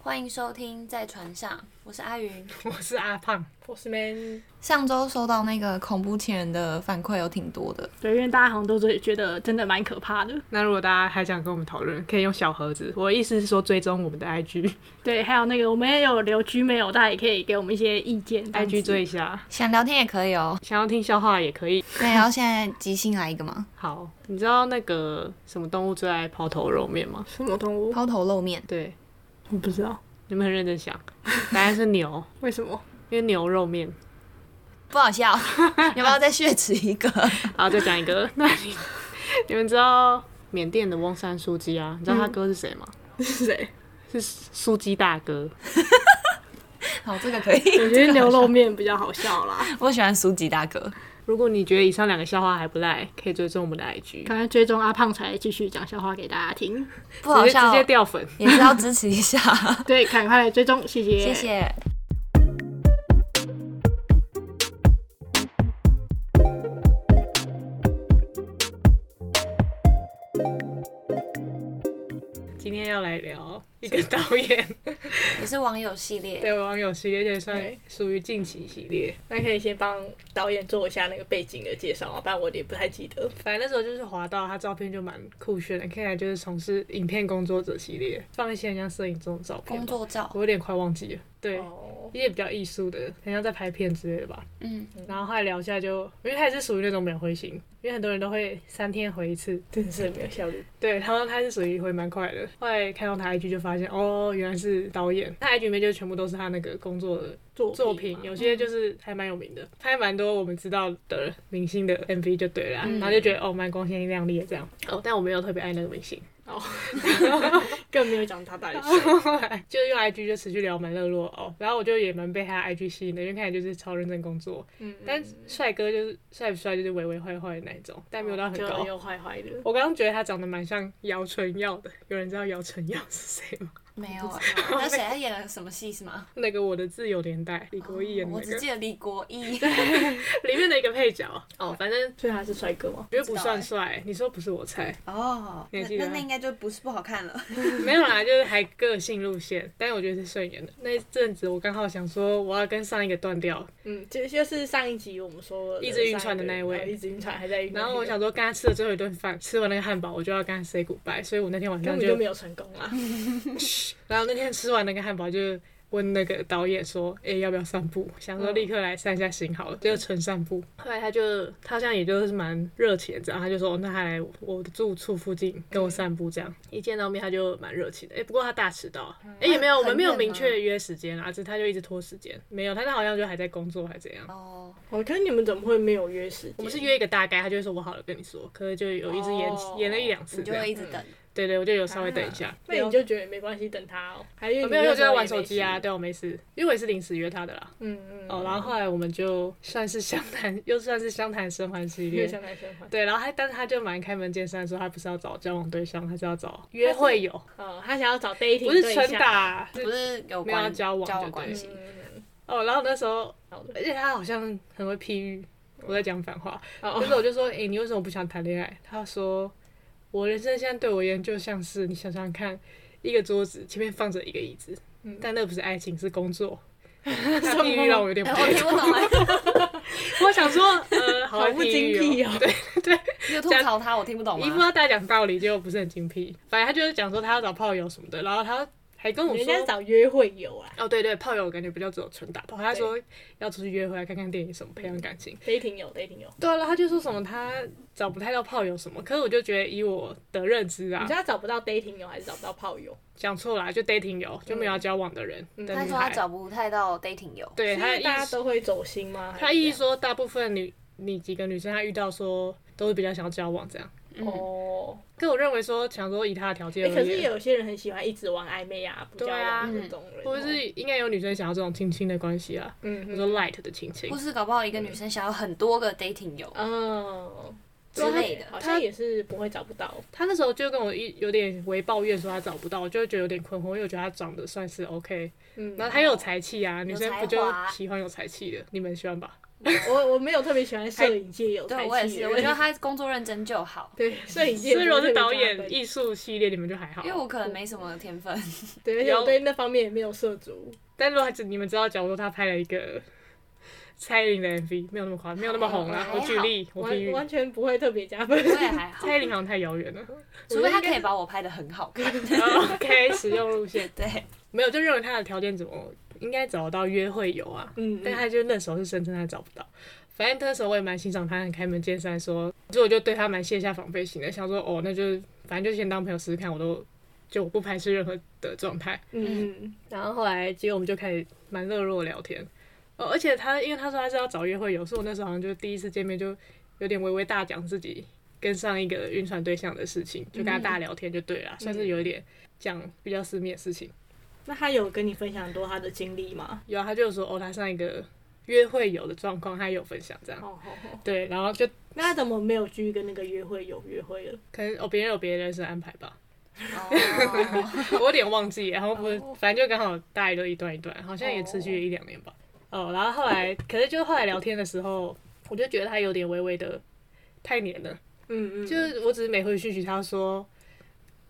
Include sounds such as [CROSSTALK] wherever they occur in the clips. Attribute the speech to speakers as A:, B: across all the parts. A: 欢迎收听在船上，我是阿云。
B: [LAUGHS] 我是阿胖，
C: 我是 Man，
A: 上周收到那个恐怖情人的反馈有挺多的，
C: 对，因为大家好像都是觉得真的蛮可怕的，
B: 那如果大家还想跟我们讨论，可以用小盒子。我的意思是说，追踪我们的 IG，IG
C: 对，还有那个我们也有留 G 没有，大家也可以给我们一些意见
B: 追一下。
A: 想聊天也可以哦。
B: 想要听笑话也可以。
A: 那然后现在即兴来一个嘛，
B: 好，你知道那个什么动物最爱抛头露面吗？
C: 什么动物？
A: 抛头露面，
B: 对，
C: 我不知道
B: 你们很认真想，答案是牛，
C: 为什么， [LAUGHS]
B: 因为牛肉面。
A: 不好笑， [LAUGHS] 要不要再血池一 [LAUGHS] 个？
B: 好，再讲一个， [LAUGHS] 那你你们知道缅甸的翁山苏姬啊？你知道他哥是谁吗？
C: 是谁？
B: 是苏姬大哥。
A: 好，这个可以。
C: [LAUGHS] 我觉得牛肉面比较好笑啦， [LAUGHS]
A: 我喜欢苏吉大哥。
B: 如果你觉得以上两个笑话还不赖，可以追踪我们的 IG，
C: 赶快追踪阿胖才继续讲笑话给大家听，
A: 不
D: 哦
A: 好
B: 直接
A: 笑
B: 直接掉粉。
A: 也是要支持一下，
C: 对，赶快来追踪，谢谢，
A: [LAUGHS] 谢。谢。
B: 今天要
A: [LAUGHS]
B: 来聊一个导演。
A: 也是网友系列，
B: 对网友系列，这
A: [LAUGHS]
B: 也算
C: 对
B: 属于近期系列。
C: 那可以先帮导演做一下那个背景的介绍啊，不然我也不太记得。
B: 反正那时候就是滑到他照片就蛮酷炫的，看起来就是从事影片工作者系列，放一些很像摄影这种照片。
A: 工，作照，
B: 我有点快忘记了。对，
C: 哦，
B: 一些比较艺术的，很像在拍片之类的吧。
A: 嗯，
B: 然后后来聊一下就，因为他也是属于那种秒回型，因为很多人都会三天回一次。
C: 真是没有效率。
B: 对，然后他是属于回蛮快的。后来看到他 IG 就发现，哦，原来是导演。他 IG 里面就全部都是他那个工作的
C: 作
B: 作品，嗯有些就是还蛮有名的，拍蛮多我们知道的明星的 MV 就对了啊，然后就觉得哦蛮光鲜亮丽的这样。哦，但我没有特别爱那个明星，
C: 哦 [LAUGHS] 更没有讲他到底是 [LAUGHS] 谁。
B: 就用 IG 就持续聊蛮热络哦，然后我就也蛮被他 IG 吸引的，因为看起来就是超认真工作，
C: 嗯，
B: 但帅哥就是帅不帅就是微微坏坏的那一种，但没有到很
C: 就
B: 高。
C: 又坏坏的，
B: 我刚刚觉得他长得蛮像姚晨耀的，有人知道姚晨耀是谁吗？
A: 没有欸。那谁他演了什么戏是吗？
B: 那个《我的自由年代》，李国毅
D: 哦
B: 演
A: 我
B: 的那
A: 只
B: 个
A: 记得李国毅，
B: 里面的一个配角哦，反正
C: 所以他是帅哥吗？
B: 我觉得不算帅，你说不是我菜，
A: 哦，
B: 你
A: 那
B: 还记得
A: 那那应该就不是不好看了。
B: 没有啦，就是还个性路线，但我觉得是顺眼的。那一阵子我刚好想说，我要跟上一个断掉，
C: 嗯，就就是上一集我们说
B: 一直晕船的那一位
C: 然后一直晕船还在晕。
B: 然后我想，说跟他吃了最后一顿饭，吃完那个汉堡，我就要跟他 say goodbye，所以我那天晚
C: 根
B: 上
C: 本
B: 就
C: 就没，有成功啊！
B: 然后那天吃完那个汉堡就。问那个导演说：“诶，要不要散步？”想说立刻来散一下心好了，就是纯散步。嗯后来他就他好像也就是蛮热情的这样，他就说：“哦那他来我的住处附近跟我散步这样。”一见到面他就蛮热情的，诶，不过他大迟到，啊诶，也没有我们没有明确约时间啊，只是他就一直拖时间，没有，他那好像就还在工作还怎样。
A: 哦，
C: 我看你们怎么会没有约时间？
B: 我们是约一个大概，他就会说我好了跟你说，可是就有一直延、
C: 哦
B: 延了一两次
A: 你就
B: 这样
A: 会。一直等。
B: 对对，我就有稍微等一下。
C: 那你就觉得没关系，等他哦。还有
B: 我
C: 你
B: 啊没啊有，因为
C: 那
B: 我就
C: 时
B: 在
C: 候也
B: 玩
C: 没
B: 手机啊，
C: 事。
B: 对我没事，因为我也是临时约他的啦。
C: 嗯嗯。
B: 哦，然后后来我们就算是相谈，又算是相谈生欢系
C: 约
B: 列。
C: 相谈生欢。
B: 对，然后他，但是他就蛮开门见山地说，他不是要找交往对象，他是要找约会友，
C: 哦，他想要找 dating
B: 不是啊
C: 对
B: 纯
C: 象。
B: 打。
A: 不是有
B: 没有要
A: 关
B: 交往
A: 交
B: 就
A: 往
B: 对
A: 关系，
C: 嗯
B: 哦，然后那时候，
C: 好的
B: 而且他好像很会譬喻，我在讲反话。
C: 哦
B: 那时候我就说，诶，你为什么不想谈恋爱？他说，我人生现在对我而言就像是你想想看，一个桌子前面放着一个椅子，但那不是爱情，是工作。他譬喻让我有
D: [LAUGHS]
B: 点不
A: 哎，我听不懂
D: 啊
A: 哎，
B: 我想说，呃， [LAUGHS] 好
C: 好不精辟
B: 哦
C: 哦。
B: 对对，
A: 你有吐槽他，我听不懂
D: 啊
B: 一副
A: 吗？
B: 要大家讲道理，结果不是很精辟。反正他就是讲说他要找炮友什么的，然后他还
C: [LAUGHS]
B: 跟我
C: 人
B: 说，
C: 家找约会友啊
B: 哦，对对，炮友我感觉比较只有纯打炮。他说要出去约会啊，看看电影什么，培养感情。
C: ，dating 友，dating 友。
B: 对啊，然后他就说什么他找不太到炮友什么，可是我就觉得以我的认知
C: 你
B: 啊
C: 知，道找不到 dating 友还是找不到炮友？
B: 讲错了啊，就 dating 友就没
C: 嗯
B: 有要交往的人的
A: 他
B: 女
A: 说他
B: 孩。
A: 找不太到 dating 友，
B: 对
C: 是
B: 他
C: 因为
B: 的意
C: 大家
B: 思，
C: 都会走心吗？
B: 他
C: 还是
B: 意思说大部分女你几个女生他遇到说都是比较想要交往这样。
C: 怎样哦。
B: 可我认为说，想说以他的条件
C: 欸
B: 而
C: 可是
B: 言，
C: 有些人很喜欢一直玩暧昧啊，不交
B: 对啊
C: 往这种人哦，
B: 或者是应该有女生想要这种亲亲的关系啊，
C: 嗯
B: 我说 light 的亲亲嗯
A: 或。是搞不好一个女生想要很多个 dating 友，
C: 嗯，
A: 之类的。
C: 好像也是不会找不到。
B: 他那时候就跟我一有点微抱怨说他找不到，我就会觉得有点困惑，因为我觉得他长得算是 OK，
C: 嗯，
B: 然后 [LAUGHS] 他又有才气啊，女生
D: 才
B: 不就
D: 华
B: 喜欢有才气的？你们喜欢吧？
C: 我我没有特别喜欢摄影界有
B: 啊
C: 才
D: 对
C: 气
D: 哎我也是，
C: 的
D: 我
C: 人，
D: 觉得他工作认真就好
C: [LAUGHS] 对摄影界
B: 所
C: 不
B: 以
C: 是
B: 如果是
C: 特别
B: 导
C: 加分
B: 演艺术系列，你们就还好
D: 因为。我可能没什么天
B: [LAUGHS]
D: 分。
C: 对，而且我对那方面也没有涉足。
B: 但如果他只你们知道，假如说他拍了一个蔡依林的 MV，没有那么夸，没有那么红啦。
D: 还好
B: 我举例，我比
C: 完
B: 喻，
C: 完全不会特别加
D: [LAUGHS]
C: 分
D: 我。也还好，
B: 蔡依林好像太遥远了。
D: 除非他可以把我拍的很
B: [LAUGHS]
D: 好看。
B: OK，使用路线
D: 对，
B: 没有，就认为他的条件怎么应该找得到约会友啊，
C: 嗯，
B: 但他就那时候是声称他找不到。反正那时候我也蛮欣赏他，很开门见山说，所以我就对他蛮卸下防备心的，想说哦，那就反正就先当朋友试试看，我都就我不排斥任何的状态。
C: 嗯，
B: 然后后来，结果我们就开始蛮热络地聊天。哦，而且他因为他说他是要找约会友，所以我那时候好像就是第一次见面就有点微微大讲自己跟上一个晕船对象的事情，就跟他大聊天就对了啦，算是有一点讲比较私密的事情。
C: 那他有跟你分享多他的经历吗？
B: 有啊，他就说哦，他上一个约会友的状况，他也有分享这样。
C: 哦好好，
B: 对，然后就
C: 那他怎么没有去跟那个约会有约会了？
B: 可能哦，别人有别人的安排吧， [LAUGHS]
D: 哦，
B: 我有点忘记，然后不是
D: 哦，
B: 反正就刚好大概就一段一段，好像也持续了一两年吧。哦，然后后来，可是就后来聊天的时候，我就觉得他有点微微的太黏了，
C: 嗯嗯，
B: 就是我只是每回讯息他说。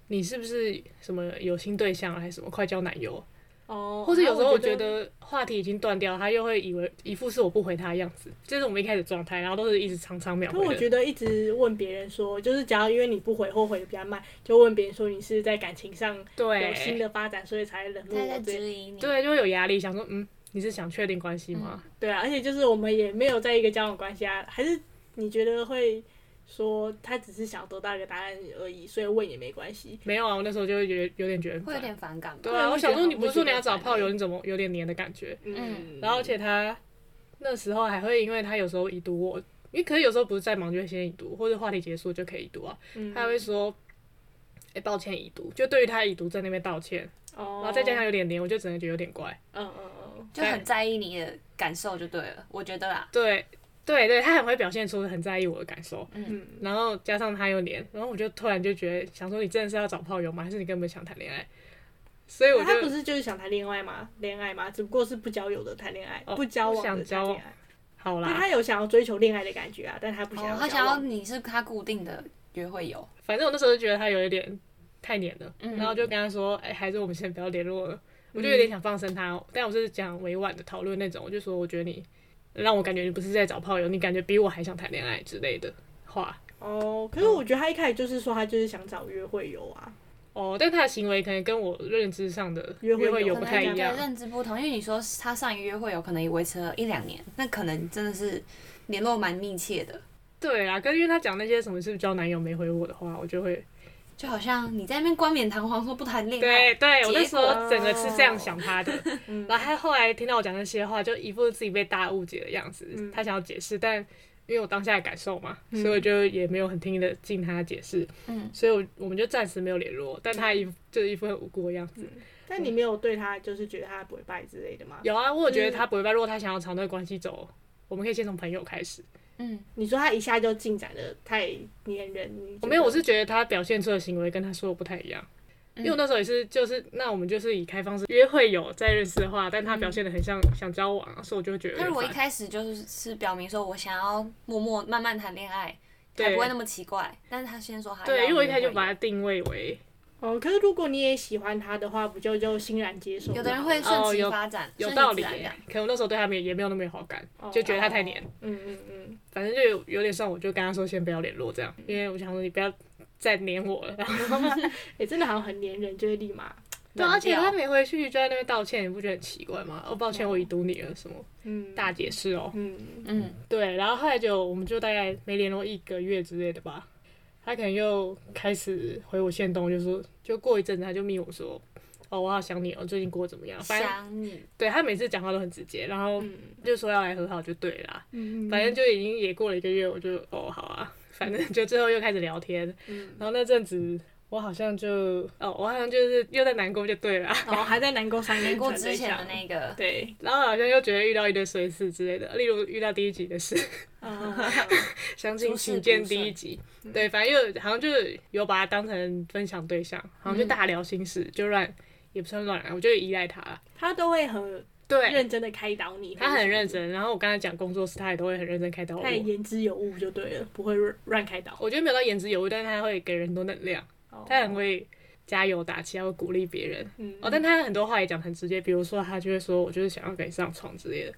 B: 你是不是什么有新对象啊还是什么快交男友？
C: 哦，
B: 或者有时候我
C: 我
B: 觉得话题已经断掉，他又会以为一副是我不回他的样子，这是我们一开始状态，然后都是一直长长秒
C: 可我
B: 回
C: 觉
B: 的。
C: 得一直问别人说，就是只要因为你不回或回的比较慢，就问别人说你是在感情上有新
B: 对
C: 的发展，所以才冷落
D: 他
C: 我
D: 在
C: 对
D: 质疑你。
B: 对，就会有压力，想说嗯，你是想确定关系吗？
C: 对啊，而且就是我们也没有在一个交往关系啊，还是你觉得会说他只是想得到一个答案而已，所以问也没关系。
B: 没有啊，我那时候就会觉得有点觉得很
D: 会有
B: 烦
D: 点反感吧
B: 对？啊，
C: 会
B: 我想
C: 觉
B: 说
C: 得好
B: 你不是
C: 会
B: 说
C: 觉
B: 你
C: 得
B: 要找
C: 烦
B: 炮友，你怎么有点黏的感觉？
D: 嗯
B: 然后而且他那时候还会因为他有时候已读我，因为可是有时候不是在忙就会先已读，或者话题结束就可以已读啊，
C: 嗯
B: 他还会说。哎、抱歉，已读，就对于他已读在那边道歉，
C: 哦
B: 然，后再加上有点黏，我就整个觉得有点怪。
C: 嗯嗯嗯，
D: 就
B: 哎
D: 很在意你的感受就对了，我觉得啦。
B: 对，对，对，他很会表现出很在意我的感受，
D: 嗯，
B: 然后加上他又黏，然后我就突然就觉得，想说你真的是要找炮友吗？还是你根本想谈恋爱？所以我
C: 那
B: 就
C: 他不是就是想谈恋爱吗？恋爱吗？只不过是不交友的谈恋爱，
B: 哦
C: 不交往
B: 不
C: 的
B: 想交
C: 谈
B: 往
C: 恋爱。
B: 好
C: 但
B: 啦，
C: 他有想要追求恋爱的感觉啊，但他不想要、
D: 哦，他想要。你是他固定的约会友，
B: 反正我那时候就觉得他有一点太黏了，
D: 嗯
B: 然后就跟他说，哎、还是我们先不要联络了。我就有点想放生他，但我是讲委婉的讨论那种，我就说我觉得你让我感觉你不是在找炮友，你感觉比我还想谈恋爱之类的话。
C: 哦，可是我觉得他一开始就是说他就是想找约会友啊，
B: 哦，但他的行为可能跟我认知上的
C: 约会友
B: 会
C: 有
B: 友
D: 可
B: 不
D: 能啊
B: 太一
D: 对
B: 样。
D: 认知不同。因为你说他上一个约会友可能也维持了一两年，那可能真的是联络蛮密切的，
B: 对啊，可是因为他讲那些什么是不是交男友没回我的话，我就会
D: 就好像你在那边冠冕堂皇说不谈恋爱，
B: 对对，我那时
D: 结
B: 候
C: 果
B: 整个是这样想他的。[LAUGHS]
C: 嗯
B: 然后他后来听到我讲那些话，就一副自己被大误解的样子。
C: 嗯
B: 他想要解释，但因为我当下的感受嘛，所以我就也没有很听得进他的解释。
D: 嗯
B: 所以我我们就暂时没有联络，但他一副就是一副很无辜的样子。
C: 但你没有对他就是觉得他不会拜之类的吗？
B: 有啊，我有觉
D: 嗯
B: 得他不会败。如果他想要朝那个关系走，我们可以先从朋友开始。
D: 嗯，
C: 你说他一下就进展的太黏人，你觉
B: 我
C: 得
B: 没有，我是觉得他表现出的行为跟他说的不太一样。
D: 嗯
B: 因为我那时候也是，就是那我们就是以开放式约会有在认识的话，但他表现的很像想交往啊，所以我就会觉得有
D: 他
B: 点
D: 如果一
B: 烦
D: 开始嗯就是是表明说我想要默默慢慢谈恋爱，才
B: 对
D: 不会那么奇怪。但是他先说他要
B: 对，因为我一开始就
D: 约会啊
B: 把它定位为
C: 哦。可是如果你也喜欢他的话，不就就欣然接受
D: 有
C: 就好了？
D: 的人会
B: 哦
D: 顺其
B: 有
D: 发展，
B: 有
D: 顺其
B: 道
D: 自
B: 理
D: 然
B: 耶
D: 的，
B: 可能我那时候对他们也也没有那么有好感，
C: 哦
B: 就觉得他太黏，
C: 嗯嗯嗯，
B: 反正就有有点像，我就跟他说先不要联络这样，因为我想说你不要再黏我了。然后
C: 哎、真的好像很黏人，就会立马
B: 对，啊
D: 冷
B: 而且
D: 掉
B: 他每回去就在那边道歉，你不觉得很奇怪吗？哦，抱歉，我已读你了，什么
C: 嗯
B: 大解释哦。
C: 嗯
D: 嗯，
B: 对，然后后来就我们就大概没联络一个月之类的吧。他可能又开始回我线动，就说就过一阵子他就密我说，哦，我好想你哦，最近过得怎么样？反正
D: 想
B: [LAUGHS]
D: 你，
B: 对他每次讲话都很直接，然后
C: 嗯
B: 就说要来和好就对啦。
C: 嗯
B: 反正就已经也过了一个月，我就哦好啊，反正就最后又开始聊天。
C: 嗯
B: 然后那阵子我好像就哦，我好像就是又在难过就对了啊，
C: 然后哦还在南沟山
D: 难
C: 跟
D: 过
C: 传
D: 之
C: 对
D: 前的
C: 象，
D: 那个，
C: 对，
B: 然后好像又觉得遇到一堆衰事之类的，例如遇到第一集的事，
C: 嗯，
B: 相信请见第一集。对，反正又好像就有把他当成分享对象，好
C: 嗯
B: 像就大聊心事，就乱也不算乱啊来，我就依赖他了。
C: [LAUGHS] 他都会很
B: 对，
C: 认真的开导你，
B: 他很认，真，然后我跟他讲工作室，他也都会很认真开导我
C: 他。也言之有物就对了，不会乱乱开导。
B: 我觉得没有到言之有物，但是他会给人很多能量，他很会加油打气，他会鼓励别人。
C: 哦嗯，
B: 哦，但他很多话也讲得很直接，比如说他就会说我就是想要跟你上床之类的，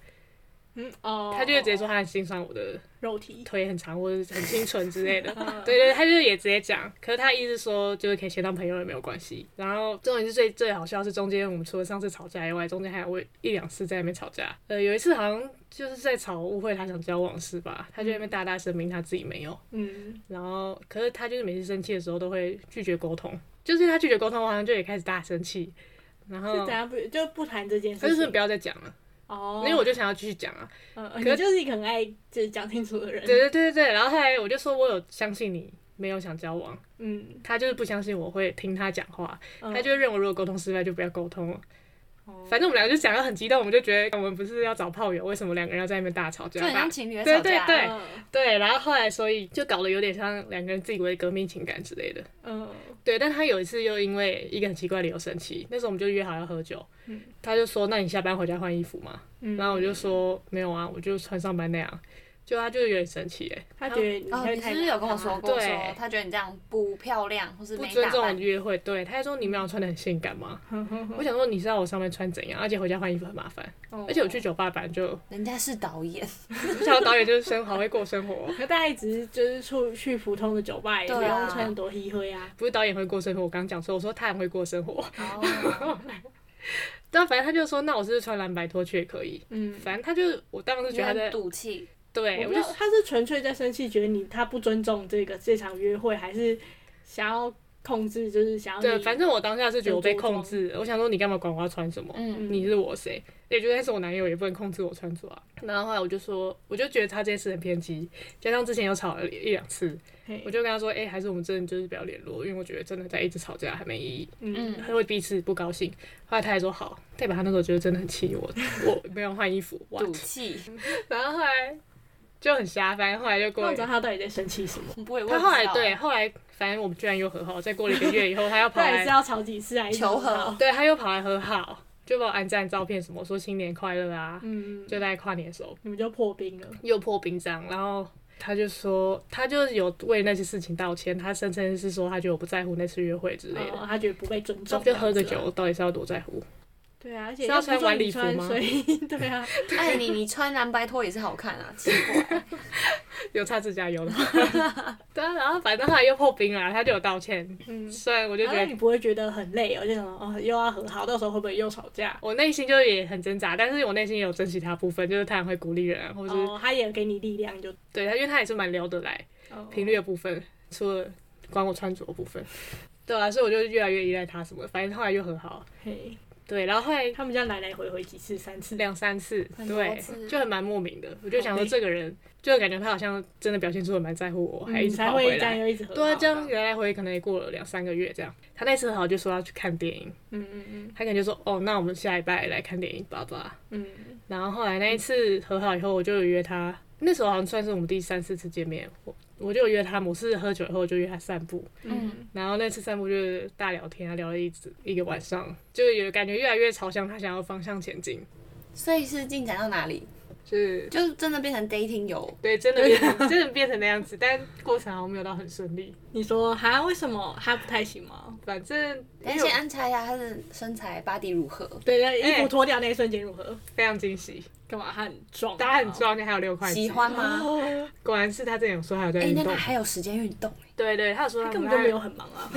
C: 嗯哦，
B: 他就会直接说他很欣赏我的 [LAUGHS]
C: 肉体，
B: 腿很长或者很清纯之类的。 [LAUGHS] 对对，他就是也直接讲，可是他意思说就是可以先当朋友也没有关系。然后重点是最最好笑的是中间我们除了上次吵架以外，中间还有我一两次在那边吵架。呃，有一次好像就是在吵误会他想交往是吧？他就在那边大大声明他自己没有，
C: [LAUGHS] 嗯，
B: 然后可是他就是每次生气的时候都会拒绝沟通，就是他拒绝沟通，我好像就也开始大生气，然
C: 是
B: 后
C: 怎样不就不谈这件
B: 他就
C: 事
B: 说你
C: 情
B: 不？要再讲了，
C: 哦
B: 因，为我就想要继续讲啊。
C: 嗯，
B: 可
C: 你就是一个很爱就是讲清楚的人，
B: 对对对对对，然后后来我就说我有相信你没有想交往。
C: 嗯，
B: 他就是不相信我会听他讲话，
C: 嗯
B: 他就认为如果沟通失败就不要沟通了。
C: 哦
B: 反正我们两个就讲得很激动，我们就觉得我们不是要找炮友，为什么两个人要在那边大吵
D: 就
B: 架
D: 很
B: 吧
D: 像？情侣在吵
B: 对
D: 架。啊
B: 对对
C: 嗯
B: 对，然后后来所以就搞得有点像两个人自以为革命情感之类的。
C: 嗯
B: 对，但他有一次又因为一个很奇怪的理由生气，那时候我们就约好要喝酒，
C: 嗯
B: 他就说：“那你下班回家换衣服嘛。
C: 嗯，
B: 然后我就说：“没有啊，我就穿上班那样。”就他就有点生气，哎，
C: 他觉得你
D: 哦，
C: 会
D: 你是
C: 太
D: 不是有跟我说过，
B: 对
D: 说他觉得你这样不漂亮，或是
B: 不
D: 没
B: 尊
D: 打
B: 重
D: 扮？
B: 约会。对，他还说：“你们俩穿的很性感吗？”我想说，你知道我上班穿怎样，而且回家换衣服很麻烦，
C: 哦
B: 而且我去酒吧本来就，
D: 人家是导演，
B: 我想导演就是生好会过生活哦，
C: 可大概只是就是出去普通的酒吧，也不
D: 对啊
C: 用穿很多衣服啊呀。
B: 不是导演会过生活，我刚讲说，我说他很会过生活，
D: [LAUGHS] 哦，
B: 但反正他就说，那我是不是穿蓝白拖去也可以，
C: 嗯，
B: 反正他就我当时觉
D: 有
B: 得他
D: 点
B: 在
D: 赌气，
B: 对，
C: 我
B: 我
C: 就
B: 就
C: 他是纯粹在生气，觉得你他不尊重这个这场约会，还是想要控制，就是想要
B: 对，
C: 啊你
B: 反正我当下是觉得我被控制，我想说你干嘛管我要穿什么，
D: 嗯，
B: 你是我谁，也觉得那是我男友，也不能控制我穿着啊。然后后来我就说，我就觉得他这件事很偏激，加上之前又吵了一两次，
C: 嘿
B: 我就跟他说，哎、还是我们真的就是不要联络，因为我觉得真的在一直吵架还没意义。
C: 嗯
D: 嗯
B: 他会彼此不高兴。后来他还说好，代表他那时候觉得真的很气
C: [LAUGHS]
B: 我，我没有换衣服哇。
D: 赌气，
B: 然后后来就很瞎，反正后来就
C: 那
B: 过
C: 我
B: 了
C: 知道。他到底在生气什么，
D: 我不会。我也
B: 他
D: 不
B: 后来
D: 知道
B: [LAUGHS] 对，后来反正我们居然又和好，再过了一个月以后，他要跑
C: [LAUGHS] 他也
B: 来
C: 是，要吵几次啊，一直
D: 求和
C: 吵
B: 对，他又跑来和好，就帮我按赞照片什么，说新年快乐啊，
C: 嗯，
B: 就在跨年的时候
C: 你们就破冰了，
B: 又破冰章，然后。他就说，他就有为那些事情道歉，他声称是说他觉得我不在乎那次约会之类
C: 哦
B: 的，
C: 他觉得不被尊重，
B: 就喝个
C: 这样子啊
B: 酒，，到底是要多在乎？
C: 对啊，而且
B: 是要
C: 又不
B: 穿
C: 说
B: 晚
C: 你
B: 礼服
C: 穿
B: 吗
C: 所以 [LAUGHS] 对啊，
D: 哎，你你穿蓝白拖也是好看啊，奇怪， [LAUGHS]
B: 有擦指甲油的， [LAUGHS] 对啊，然后反正后来又破冰了，他就有道歉。
C: 嗯，
B: 虽然我就
C: 然
B: 觉
C: 后你
B: 得
C: 不会觉得很累哦，就想说哦又要和好，到时候会不会又吵架？
B: 我内心就也很挣扎，但是我内心也有珍惜他的部分，就是他很会鼓励人啊，或是、
C: 哦，他也给你力量就，
B: 对他，因为他也是蛮聊得来，
C: 哦
B: 频率的部分，除了管我穿着的部分，对啊，所以我就越来越依赖他什么的，反正后来又很好，
C: 嘿，
B: 对，然后后来
C: 他们家来来回回几次，三次，
B: 两三次，
D: 很多
B: 对
D: 次，
B: 就很蛮莫名的，我就想
C: 好
B: 说
C: 累
B: 这个人，就感觉他好像真的表现出很蛮在乎我，还一
C: 嗯
B: 直
C: 才
B: 跑
C: 会
B: 回
C: 这样
B: 来。
C: 又一直和好，
B: 对啊，这样来来回回可能也过了两三个月这样。他那次很好就说要去看电影，
C: 嗯嗯嗯
B: 他可能就说：“哦，那我们下礼拜来看电影吧吧。
C: 嗯”
B: 然后后来那一次和好以后，我就有约他，那时候好像算是我们第三四次见面，我我就有约他，某次喝酒以后我就约他散步，
C: 嗯，
B: 然后那次散步就是大聊天啊，聊了一直一个晚上，就有感觉越来越朝向他想要的方向前进，
D: 所以是进展到哪里？
B: 就是
D: 就是真的变成 dating 游，
B: 对，真的变
C: [LAUGHS]
B: 成真的变成那样子，但过程好像没有到很顺利，
C: 你说哈，为什么他不太行吗？
B: 反正
D: 但先安插一下他的身材 body 如何？
C: 对，那衣
B: 哎
C: 服脱掉那一瞬间如何？
B: 非常惊喜，
C: 干嘛？他很壮，
B: 大家很，壮，你还有六块肌
D: 喜，欢吗？
C: 哦
B: 果然是他之前有说他有在
D: 哎、
B: 运
D: 那
B: 动，
D: 他还有时间运动、欸，
B: 对对，他有说
C: 他
B: 他
C: 根本
B: 他
C: 就没有很忙啊。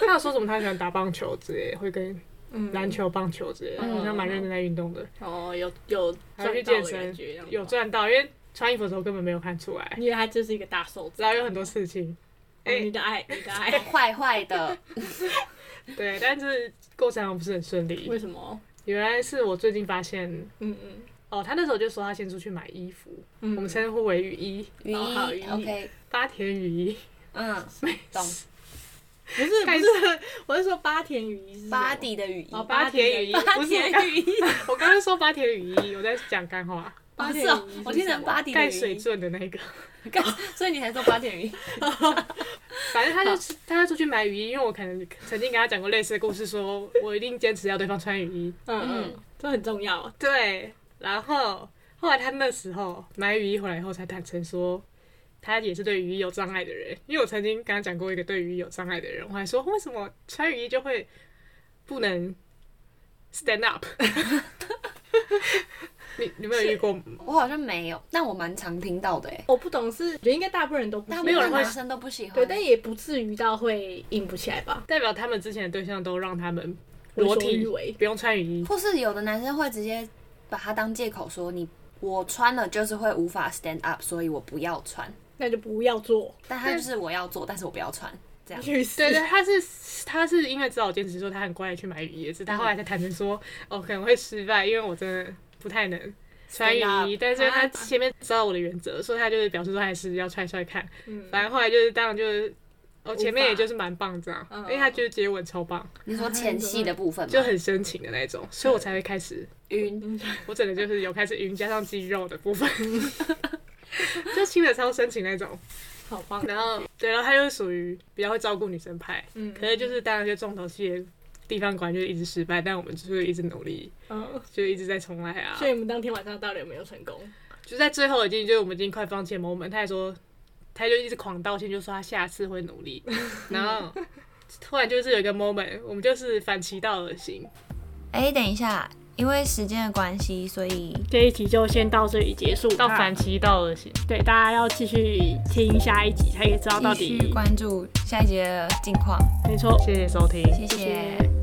B: 他有说什么他喜欢打棒球之类，会跟
C: 嗯
B: 篮球、棒球之类的，
C: 嗯
B: 好像蛮认真在运动的，
C: 哦，有有
B: 还有去
C: 赚到
B: 健
C: 的感觉，这样
B: 身，
C: 子
B: 有
C: 吗，
B: 赚到，因为穿衣服的时候根本没有看出来，
C: 因为他就是一个大瘦子嗯
B: 然，后有很多事情，哎
C: 你的爱，你
B: [LAUGHS]
C: 的爱，
D: 坏坏的，
B: 对，但是过程好像不是很顺利
C: 为。什么？
B: 原来是我最近发现，
C: 嗯嗯
B: 哦，他那时候就说他先出去买衣服，
C: 嗯，
B: 我们称呼为雨衣，
D: 雨衣、
C: 哦好雨衣
D: o k
B: 哦八田雨衣，
D: 嗯，懂。
C: 不是不
B: 开始
C: 是，我是说八田羽衣是什么
D: 巴迪的雨衣，
C: 哦
B: 八田雨衣，
D: 巴
B: 不是
D: 迪的雨衣，
B: [LAUGHS] 我刚刚说八田雨衣，我在讲干话，
C: 八
D: 不
C: 田
D: 是
C: 羽
D: 哦
C: 衣是，
D: 我听
C: 什
D: 成
C: 么
D: 巴迪的
B: 盖
D: 雨
B: 水
D: 衣，
B: 圳的那个。
D: 盖，
B: [LAUGHS]
D: 所以你才说巴迪的雨衣，
B: 反正他就他就出去买雨衣，因为我可能曾经跟他讲过类似的故事说，我一定坚持要对方穿雨衣。
C: [LAUGHS] 嗯嗯，这很重要啊。
B: 对，然后后来他那时候买雨衣回来以后，才坦诚说他也是对雨衣有障碍的人。因为我曾经跟他讲过一个对雨衣有障碍的人，我还说为什么穿雨衣就会不能 stand up？你你没有遇过
C: [LAUGHS]
B: 吗？
D: 我好像没有，但我蛮常听到的哎，
C: 我不懂是，我觉得应该大部分人都不
D: 大
C: 是
D: 部
B: 没有人
D: 分
B: 会
D: 男生都不喜欢，
C: 对，但也不至于到会硬不起来吧？
B: 代表他们之前的对象都让他们
C: 为
B: 裸
C: 所
B: 体
C: 欲为
B: 不用穿雨衣。
D: 或是有的男生会直接把它当借口说你我穿了就是会无法 stand up，所以我不要穿。
C: 那就不要做，
D: 但他就是我要做，但是我不要穿，这样。
C: [LAUGHS] 去死！
B: [LAUGHS] 对对，他是他是因为只好坚持说他很乖的去买雨衣，只是他后来才坦诚说，哦可能会失败，因为我真的不太能穿雨
D: Stand up
B: 衣，但是
C: 啊
B: 他前面知道我的原则，所以他就是表示说还是要穿穿看。
C: 嗯
B: 反正后来就是当然就是，哦前面
C: 无法
B: 也就是蛮棒这样，
C: 嗯
B: 因为他就是接吻超棒，
D: 你说前戏的部分
B: 就
D: 吗？
B: 很深情的那种，所以我才会开始
D: 晕，
C: 嗯
B: 我整个就是有开始晕，加上肌肉的部分， [LAUGHS] 就亲的超深情那种。
C: 好棒。
B: 然后对，然后他又属于比较会照顾女生派，
C: 嗯
B: 可是就是当然就重头戏的地方果然就是一直失败，但我们就是一直努力，
C: 嗯，
B: 就一直在重来啊
C: 所。以你们当天晚上到底有没有成功？
B: 就在最后已经就是我们已经快放弃的 moment，他还说，他就一直狂道歉，就说他下次会努 [LAUGHS] 力，然后。突然就是有一个 moment，我们就是反其道而行，
A: 哎、等一下，因为时间的关系，所以
C: 这一集就先到这里结束，
B: 到反其道而行。
C: 对大家要继续听下一集，才可以知道到
A: 继
C: 底
A: 续关注下一节的近况。
C: 没错。
B: 谢谢收听，
A: 谢谢
C: 谢谢